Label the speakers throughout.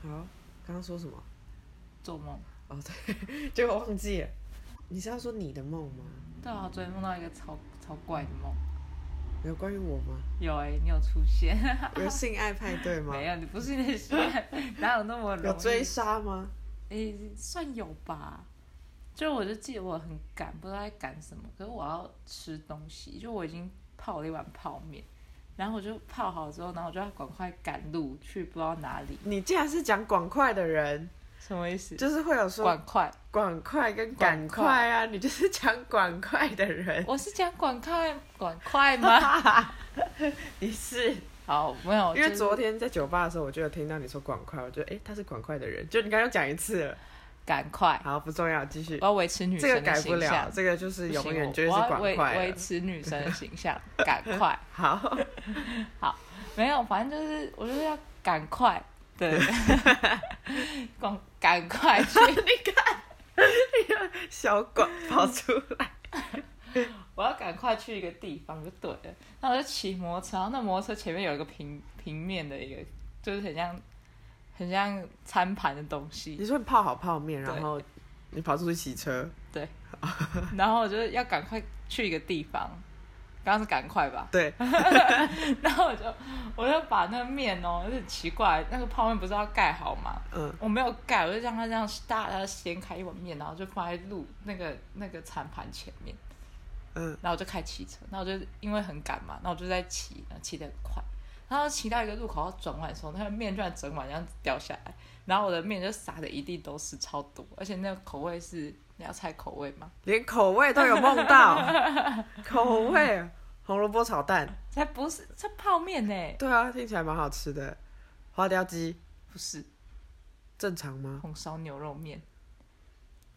Speaker 1: 好，啊刚刚说什么？
Speaker 2: 做梦。
Speaker 1: 哦，对， 结果忘记了。你是要说你的梦吗？
Speaker 2: 对啊，昨天梦到一个超超怪的梦，
Speaker 1: 有关于我吗？
Speaker 2: 有哎、你有出现？
Speaker 1: 有性爱派对吗？
Speaker 2: 没有，你不是那些， 哪有那么容易？
Speaker 1: 有追杀吗？
Speaker 2: 诶、算有吧。就我就记得我很赶，不知道在赶什么，可是我要吃东西，就我已经泡了一碗泡面，然后我就泡好之后，然后我就要赶快赶路去不知道哪里，
Speaker 1: 你竟然是讲广快的人，
Speaker 2: 什么意思？
Speaker 1: 就是会有说
Speaker 2: 管快，
Speaker 1: 广快跟赶快啊，你就是讲广快的人。
Speaker 2: 我是讲管快管快 吗？
Speaker 1: 你是
Speaker 2: 好，没有，
Speaker 1: 因为
Speaker 2: 就是
Speaker 1: 昨天在酒吧的时候，我就有听到你说广快，我觉得诶，他是广快的人，就你刚刚讲一次了。
Speaker 2: 赶快，
Speaker 1: 好，不重要，继续
Speaker 2: 我。要维哦持女
Speaker 1: 这个
Speaker 2: 生的
Speaker 1: 改不
Speaker 2: 形
Speaker 1: 了
Speaker 2: 象，。
Speaker 1: 这个就是
Speaker 2: 不
Speaker 1: 永
Speaker 2: 行
Speaker 1: 远
Speaker 2: 我
Speaker 1: 就是
Speaker 2: 我要
Speaker 1: 广
Speaker 2: 维
Speaker 1: 快
Speaker 2: 维
Speaker 1: 了。
Speaker 2: 持女生的形 象，赶快。
Speaker 1: 好，
Speaker 2: 没有，反正就是我就是要 赶快，对，赶赶快去，
Speaker 1: 小广跑出来，
Speaker 2: 我要赶快去一个地方就对了。那我就骑摩托车，然后那摩托车前面有一个平平面的一个，就是很像很像餐盘的东西，
Speaker 1: 你说你泡好泡面，然
Speaker 2: 对
Speaker 1: 后你跑出去骑车，
Speaker 2: 然后我就是要赶快去一个地方，刚刚是赶快吧，
Speaker 1: 对，
Speaker 2: 然后我就我就把那个面哦，就是很奇怪，那个泡面不是要盖好吗？
Speaker 1: 嗯，
Speaker 2: 我没有盖，我就让它这样大大的掀开一碗面，然后就放在路那个那个餐盘前面，
Speaker 1: 嗯，
Speaker 2: 然后我就开始骑车，然后我就因为很赶嘛，然后我就在骑，然后骑得很快，然后骑到一个路口要转弯的时候，那个面居然整碗这样掉下来，然后我的面就撒的一地都是，超多，而且那个口味是你要猜口味吗？
Speaker 1: 连口味都有梦 到，口味红萝卜炒蛋，
Speaker 2: 才不是，这泡面呢、
Speaker 1: 对啊，听起来蛮好吃的。花雕鸡
Speaker 2: 不是
Speaker 1: 正常吗？
Speaker 2: 红烧牛肉面。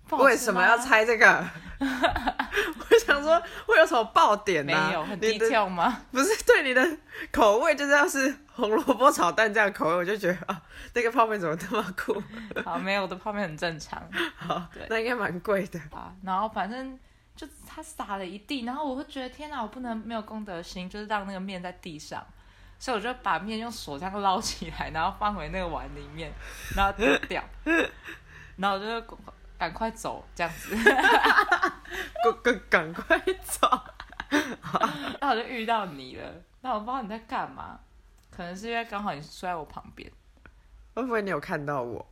Speaker 2: 不好吃吗
Speaker 1: 为什么要？猜这个？ 我想说会有什么爆点
Speaker 2: 没
Speaker 1: 呢、啊？
Speaker 2: 有，很低
Speaker 1: 你的
Speaker 2: 调吗？
Speaker 1: 不是对你的口味，就是要是红萝卜炒蛋这样的口味，我就觉得啊，那个泡面怎么那么酷？
Speaker 2: 好，没有，我的泡面很正常。
Speaker 1: 好
Speaker 2: 对，
Speaker 1: 那应该蛮贵的。
Speaker 2: 吧，然后反正就他撒了一地，然后我会觉得天哪，我不能没有公德心，就是让那个面在地上，所以我就把面用手这样捞起来，然后放回那个碗里面，然后丢掉，然后我就赶快赶快走这样 子，
Speaker 1: 赶赶赶快走！
Speaker 2: 然后我就遇到你了，那我不知道你在干嘛，可能是因为刚好你睡在我旁边，
Speaker 1: 会不会你有看到我？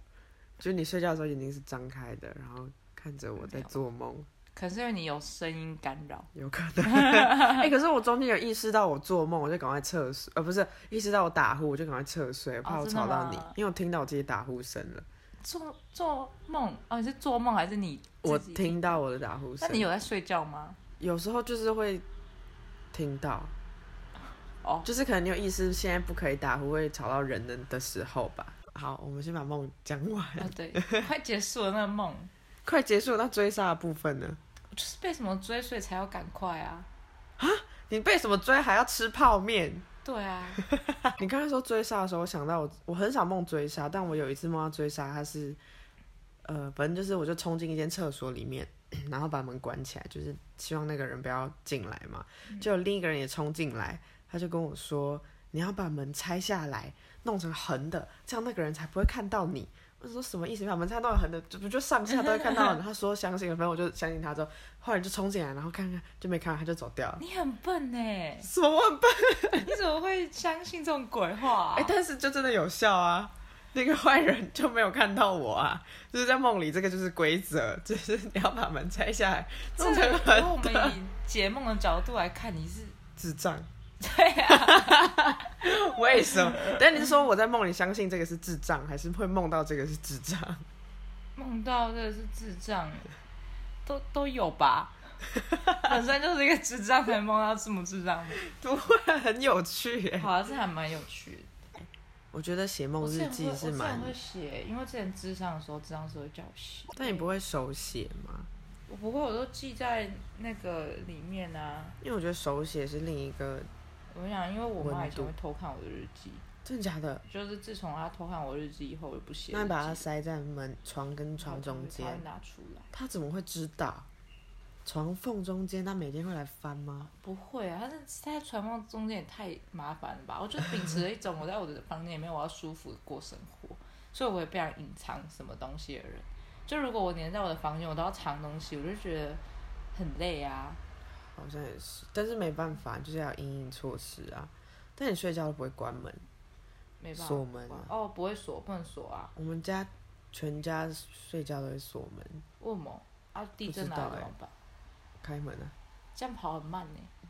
Speaker 1: 就是你睡觉的时候眼睛是张开的，然后看着我在做梦，
Speaker 2: 可是因为你有声音干扰，
Speaker 1: 有可 能。哎、可是我中间有意识到我做梦，我就赶快侧睡，呃，不是意识到我打呼，我就赶快侧睡，怕我
Speaker 2: 哦真的
Speaker 1: 吵到你，
Speaker 2: 吗
Speaker 1: 因为我听到我自己打呼声了，
Speaker 2: 做做梦哦，你是做梦还是你自
Speaker 1: 我
Speaker 2: 己
Speaker 1: 听？到我的打呼
Speaker 2: 那
Speaker 1: 声。
Speaker 2: 你有在睡觉吗？
Speaker 1: 有时候就是会听到，
Speaker 2: 哦
Speaker 1: 就是可能你有意识，现在不可以打呼，会吵到人的的时候吧。好，我们先把梦讲完，
Speaker 2: 啊，对，快结束了那个梦。
Speaker 1: 快结束那追杀的部分呢？
Speaker 2: 我就是被什么追，所以才要赶快啊。
Speaker 1: 你被什么追还要吃泡面？
Speaker 2: 对啊，
Speaker 1: 你刚才说追杀的时候，我想到我我很少梦追杀，但我有一次梦到追杀，它是，呃，反正就是我就冲进一间厕所里面， 然后把门关起来，就是希望那个人不要进来嘛。就有另一个人也冲进来，他就跟我说：“你要把门拆下来，弄成横的，这样那个人才不会看到你。”我说什么意思？你把门拆弄成横的，这不就上下都会看到你？他说相信，反正我就相信他之后，后来就冲进来，然后看看就没看到，他就走掉了。
Speaker 2: 你很笨呢、
Speaker 1: 什么问
Speaker 2: 你怎么会相信这种鬼话、
Speaker 1: 哎、
Speaker 2: 啊？
Speaker 1: 但是就真的有效啊！那个坏人就没有看到我啊，就是在梦里，这个就是规则，就是你要把门拆下来，
Speaker 2: 这
Speaker 1: 弄成
Speaker 2: 个如果我
Speaker 1: 很
Speaker 2: 们以解梦的角度来看，你是
Speaker 1: 智障。
Speaker 2: 对啊，
Speaker 1: 为什么？但你是说我在梦里相信这个是智障，还是会梦到这个是智障？
Speaker 2: 梦到这个是智障，都都有吧。本身就是一个智障，才梦到这么智障的。
Speaker 1: 不会，很有趣耶。
Speaker 2: 好、啊，这还蛮有趣的。
Speaker 1: 我觉得写梦
Speaker 2: 我之
Speaker 1: 日
Speaker 2: 前会，
Speaker 1: 记
Speaker 2: 我
Speaker 1: 是
Speaker 2: 之
Speaker 1: 蛮
Speaker 2: 前，会写，因为之前智商的时候，智商是会叫我写。
Speaker 1: 但你不会手写吗？
Speaker 2: 我不会，我都记在那个里面啊。
Speaker 1: 因为我觉得手写是另一个，
Speaker 2: 我想，因为我妈以前
Speaker 1: 温度
Speaker 2: 会偷看我的日记，
Speaker 1: 真的假的？
Speaker 2: 就是自从她偷看我日记以后，我就不写日记。
Speaker 1: 那你把它塞在门床跟床中
Speaker 2: 她
Speaker 1: 间
Speaker 2: 会，拿出来？
Speaker 1: 他怎么会知道？床缝中间，他每天会来翻吗？
Speaker 2: 不会啊，但是塞在床放中间也太麻烦了吧？我就秉持了一种我在我的房间里面我要舒服地过生活，所以我也不想隐藏什么东西的人。就如果我黏在我的房间，我都要藏东西，我就觉得很累啊。
Speaker 1: 好像也是，但是没办法，就是要有因应措施啊。但你睡觉都不会关门，
Speaker 2: 没办法
Speaker 1: 锁门啊？
Speaker 2: 哦，不会锁，不能锁啊！
Speaker 1: 我们家全家睡觉都会锁门，
Speaker 2: 为什么啊？地震来
Speaker 1: 不知道
Speaker 2: 了怎
Speaker 1: 欸
Speaker 2: 么办？
Speaker 1: 开门啊。
Speaker 2: 这样跑很慢呢、嗯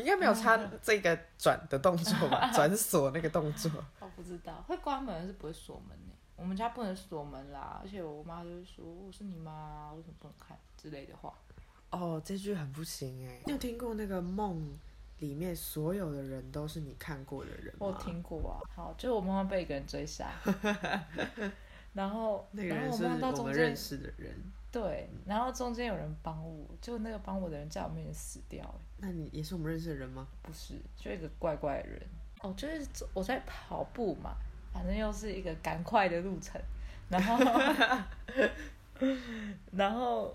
Speaker 1: 应该没有差这个转的动作吧？ 转锁那个动作，
Speaker 2: 我哦不知道，会关门是不会锁门呢、我们家不能锁门啦，而且我妈就会说我是你妈，啊为什么不能看之类的话。
Speaker 1: 哦，这句很不行
Speaker 2: 欸
Speaker 1: 哎。你有听过那个梦里面所有的人都是你看过的人吗？
Speaker 2: 我有听过啊，好，就是我妈妈被一个人 追杀，然后
Speaker 1: 那个
Speaker 2: 然
Speaker 1: 人
Speaker 2: 后我
Speaker 1: 是
Speaker 2: 梦到
Speaker 1: 我
Speaker 2: 中
Speaker 1: 们
Speaker 2: 间
Speaker 1: 认识的人，
Speaker 2: 对，然后中间有人帮我，就那个帮我的人在我面前死掉、欸，
Speaker 1: 那你也是我们认识的人吗？
Speaker 2: 不是，就一个怪怪的人。哦，就是我在跑步嘛，反正又是一个赶快的路程，然后， 然后，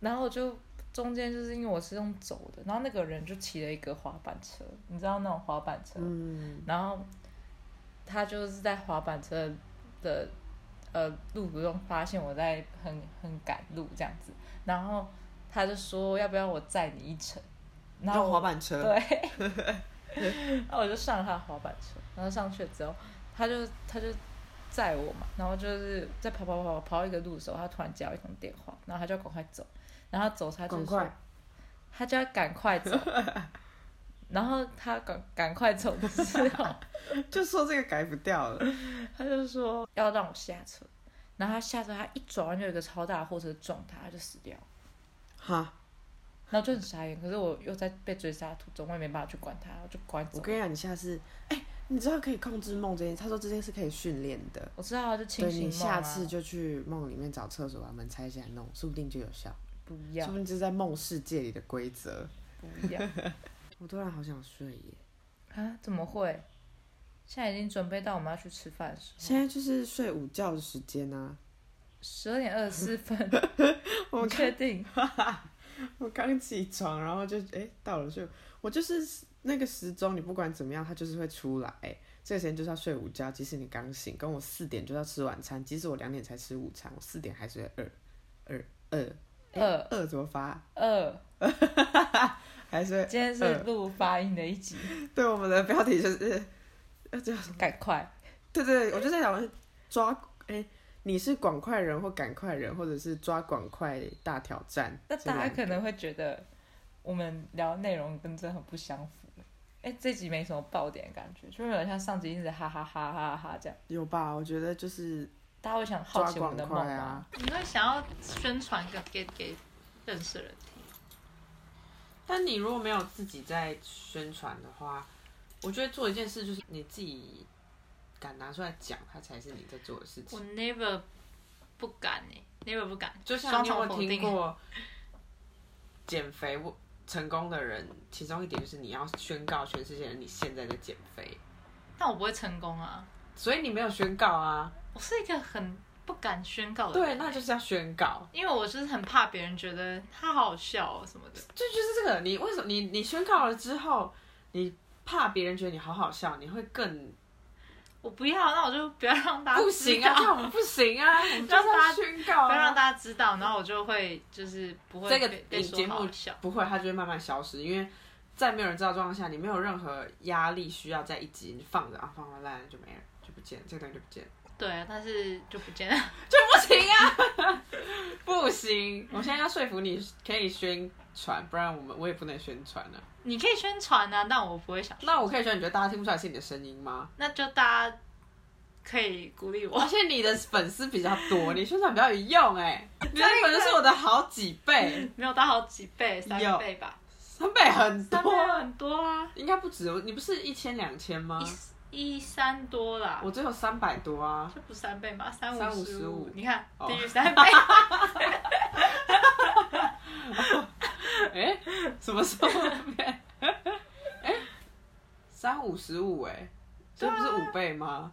Speaker 2: 然后就中间就是因为我是用走的，然后那个人就骑了一个滑板车，你知道那种滑板车，
Speaker 1: 嗯，
Speaker 2: 然后他就是在滑板车的呃路途中发现我在很很赶路这样子，然后他就说要不要我载你一程，然后
Speaker 1: 用
Speaker 2: 我
Speaker 1: 滑板车，
Speaker 2: 对，然后我就上了他的滑板车，然后上去了之后，他就他就载我嘛，然后就是在跑跑跑跑跑到一个路的时候，他突然接到一通电话，然后他就要赶快走，然后他走他就
Speaker 1: 赶
Speaker 2: 说
Speaker 1: 快
Speaker 2: 他就要赶快 走，然后他赶赶快走的时候，
Speaker 1: 就说这个改不掉了。
Speaker 2: 他就说要让我下车，然后他下车，他一转弯就有一个超大的货车撞他，他就死掉了。
Speaker 1: 哈，
Speaker 2: 然后就很傻眼，可是我又在被追杀的途中，我也没办法去管他，我就管走
Speaker 1: 我。跟你讲，你下次，哎、你知道可以控制梦这件，他说这件事可以训练的。
Speaker 2: 我知道啊，就清
Speaker 1: 对
Speaker 2: 醒
Speaker 1: 你
Speaker 2: 梦
Speaker 1: 下
Speaker 2: 啊
Speaker 1: 次就去梦里面找厕所，把门拆下来弄，说不定就有效，
Speaker 2: 不
Speaker 1: 说
Speaker 2: 要
Speaker 1: 不定这是在梦世界里的规则。
Speaker 2: 不要
Speaker 1: 我突然好想睡耶！
Speaker 2: 啊？怎么会？现在已经准备到我们要去吃饭的时
Speaker 1: 现在就是睡午觉的时间 啊。。
Speaker 2: 候，十二点二十四分
Speaker 1: 我
Speaker 2: 你确定？
Speaker 1: 我刚起床，然后就哎、到了睡，我就是那个时钟，你不管怎么样，它就是会出来。这个时间就是要睡午觉，即使你刚醒，跟我四点就要吃晚餐，即使我两点才吃午餐，我四点还是会饿，饿饿
Speaker 2: 二
Speaker 1: 饿怎么发？
Speaker 2: 二，
Speaker 1: 还是
Speaker 2: 今天是录发音的一集，
Speaker 1: 会对我们的标题就是，呃，这
Speaker 2: 赶快！
Speaker 1: 对对，我就在想抓哎、你是广快人或赶快人，或者是抓广快大挑战
Speaker 2: 那
Speaker 1: 这两个？
Speaker 2: 大家可能会觉得我们聊内容跟真的很不相符。哎、这集没什么爆点的感觉，就是有点像上集一直哈哈哈哈哈哈这样。
Speaker 1: 有吧？我觉得就是
Speaker 2: 大家会想好
Speaker 1: 抓
Speaker 2: 奇我
Speaker 1: 广
Speaker 2: 们的梦
Speaker 1: 快
Speaker 2: 吗
Speaker 1: 啊。。
Speaker 2: 你会想要宣传给给给认识人听？
Speaker 1: 但你如果没有自己在宣传的话，我觉得做一件事就是你自己敢拿出来讲，它才是你在做的事
Speaker 3: 我
Speaker 1: 情。
Speaker 3: never 不敢哎、n e v e r 不敢。
Speaker 1: 就像
Speaker 3: 双
Speaker 1: 你有
Speaker 3: 重
Speaker 1: 没
Speaker 3: 否
Speaker 1: 有听
Speaker 3: 定，
Speaker 1: 过减肥成功的人，其中一点就是你要宣告全世界人你现在在减肥，
Speaker 3: 但我不会成功啊！
Speaker 1: 所以你没有宣告啊。
Speaker 3: 我是一个很不敢宣告的人
Speaker 1: 对，那就是要宣告。
Speaker 3: 因为我就是很怕别人觉得他好好笑、哦、什么的。
Speaker 1: 这就是这个，你为什么你你宣告了之后，你怕别人觉得你好好笑，你会更
Speaker 3: 我不要，那我就不要让大家知
Speaker 1: 不行
Speaker 3: 道，
Speaker 1: 啊， 这样我们不行啊，我们就是要宣告、啊，
Speaker 3: 不要让大家知道，然后我就会就是不会
Speaker 1: 这个
Speaker 3: 被被说
Speaker 1: 节目
Speaker 3: 好好笑。
Speaker 1: 不会，它就会慢慢消失，因为在没有人知道的状况下，你没有任何压力需要在一集你放着啊，放完烂了就没了，就不见了，这个东西就 不见了，
Speaker 3: 对啊，但是就不见了。
Speaker 1: 就不行啊，不行！我现在要说服你可以宣传，不然我们我也不能宣传了、
Speaker 3: 你可以宣传啊，但我不会想。
Speaker 1: 那我可以宣传，你觉得大家听不出来是你的声音吗？
Speaker 3: 那就大家可以鼓励我
Speaker 1: 而。且你的粉丝比较多，你宣传比较有用哎、你的粉丝是我的好几 倍，
Speaker 3: 没有到好几倍，三
Speaker 1: 有
Speaker 3: 倍吧，
Speaker 1: 三倍很
Speaker 3: 三倍
Speaker 1: 多，
Speaker 3: 很多啊，
Speaker 1: 应该不止，你不是一千两千吗？
Speaker 3: 一三多啦。
Speaker 1: 我只有三百多啊。
Speaker 3: 这不是三倍吗？三
Speaker 1: 五十
Speaker 3: 十
Speaker 1: 五
Speaker 3: 你看
Speaker 1: 哦
Speaker 3: 低于三倍，
Speaker 1: 哎、什么时候变？哎、三五十五哎，这不是五倍吗？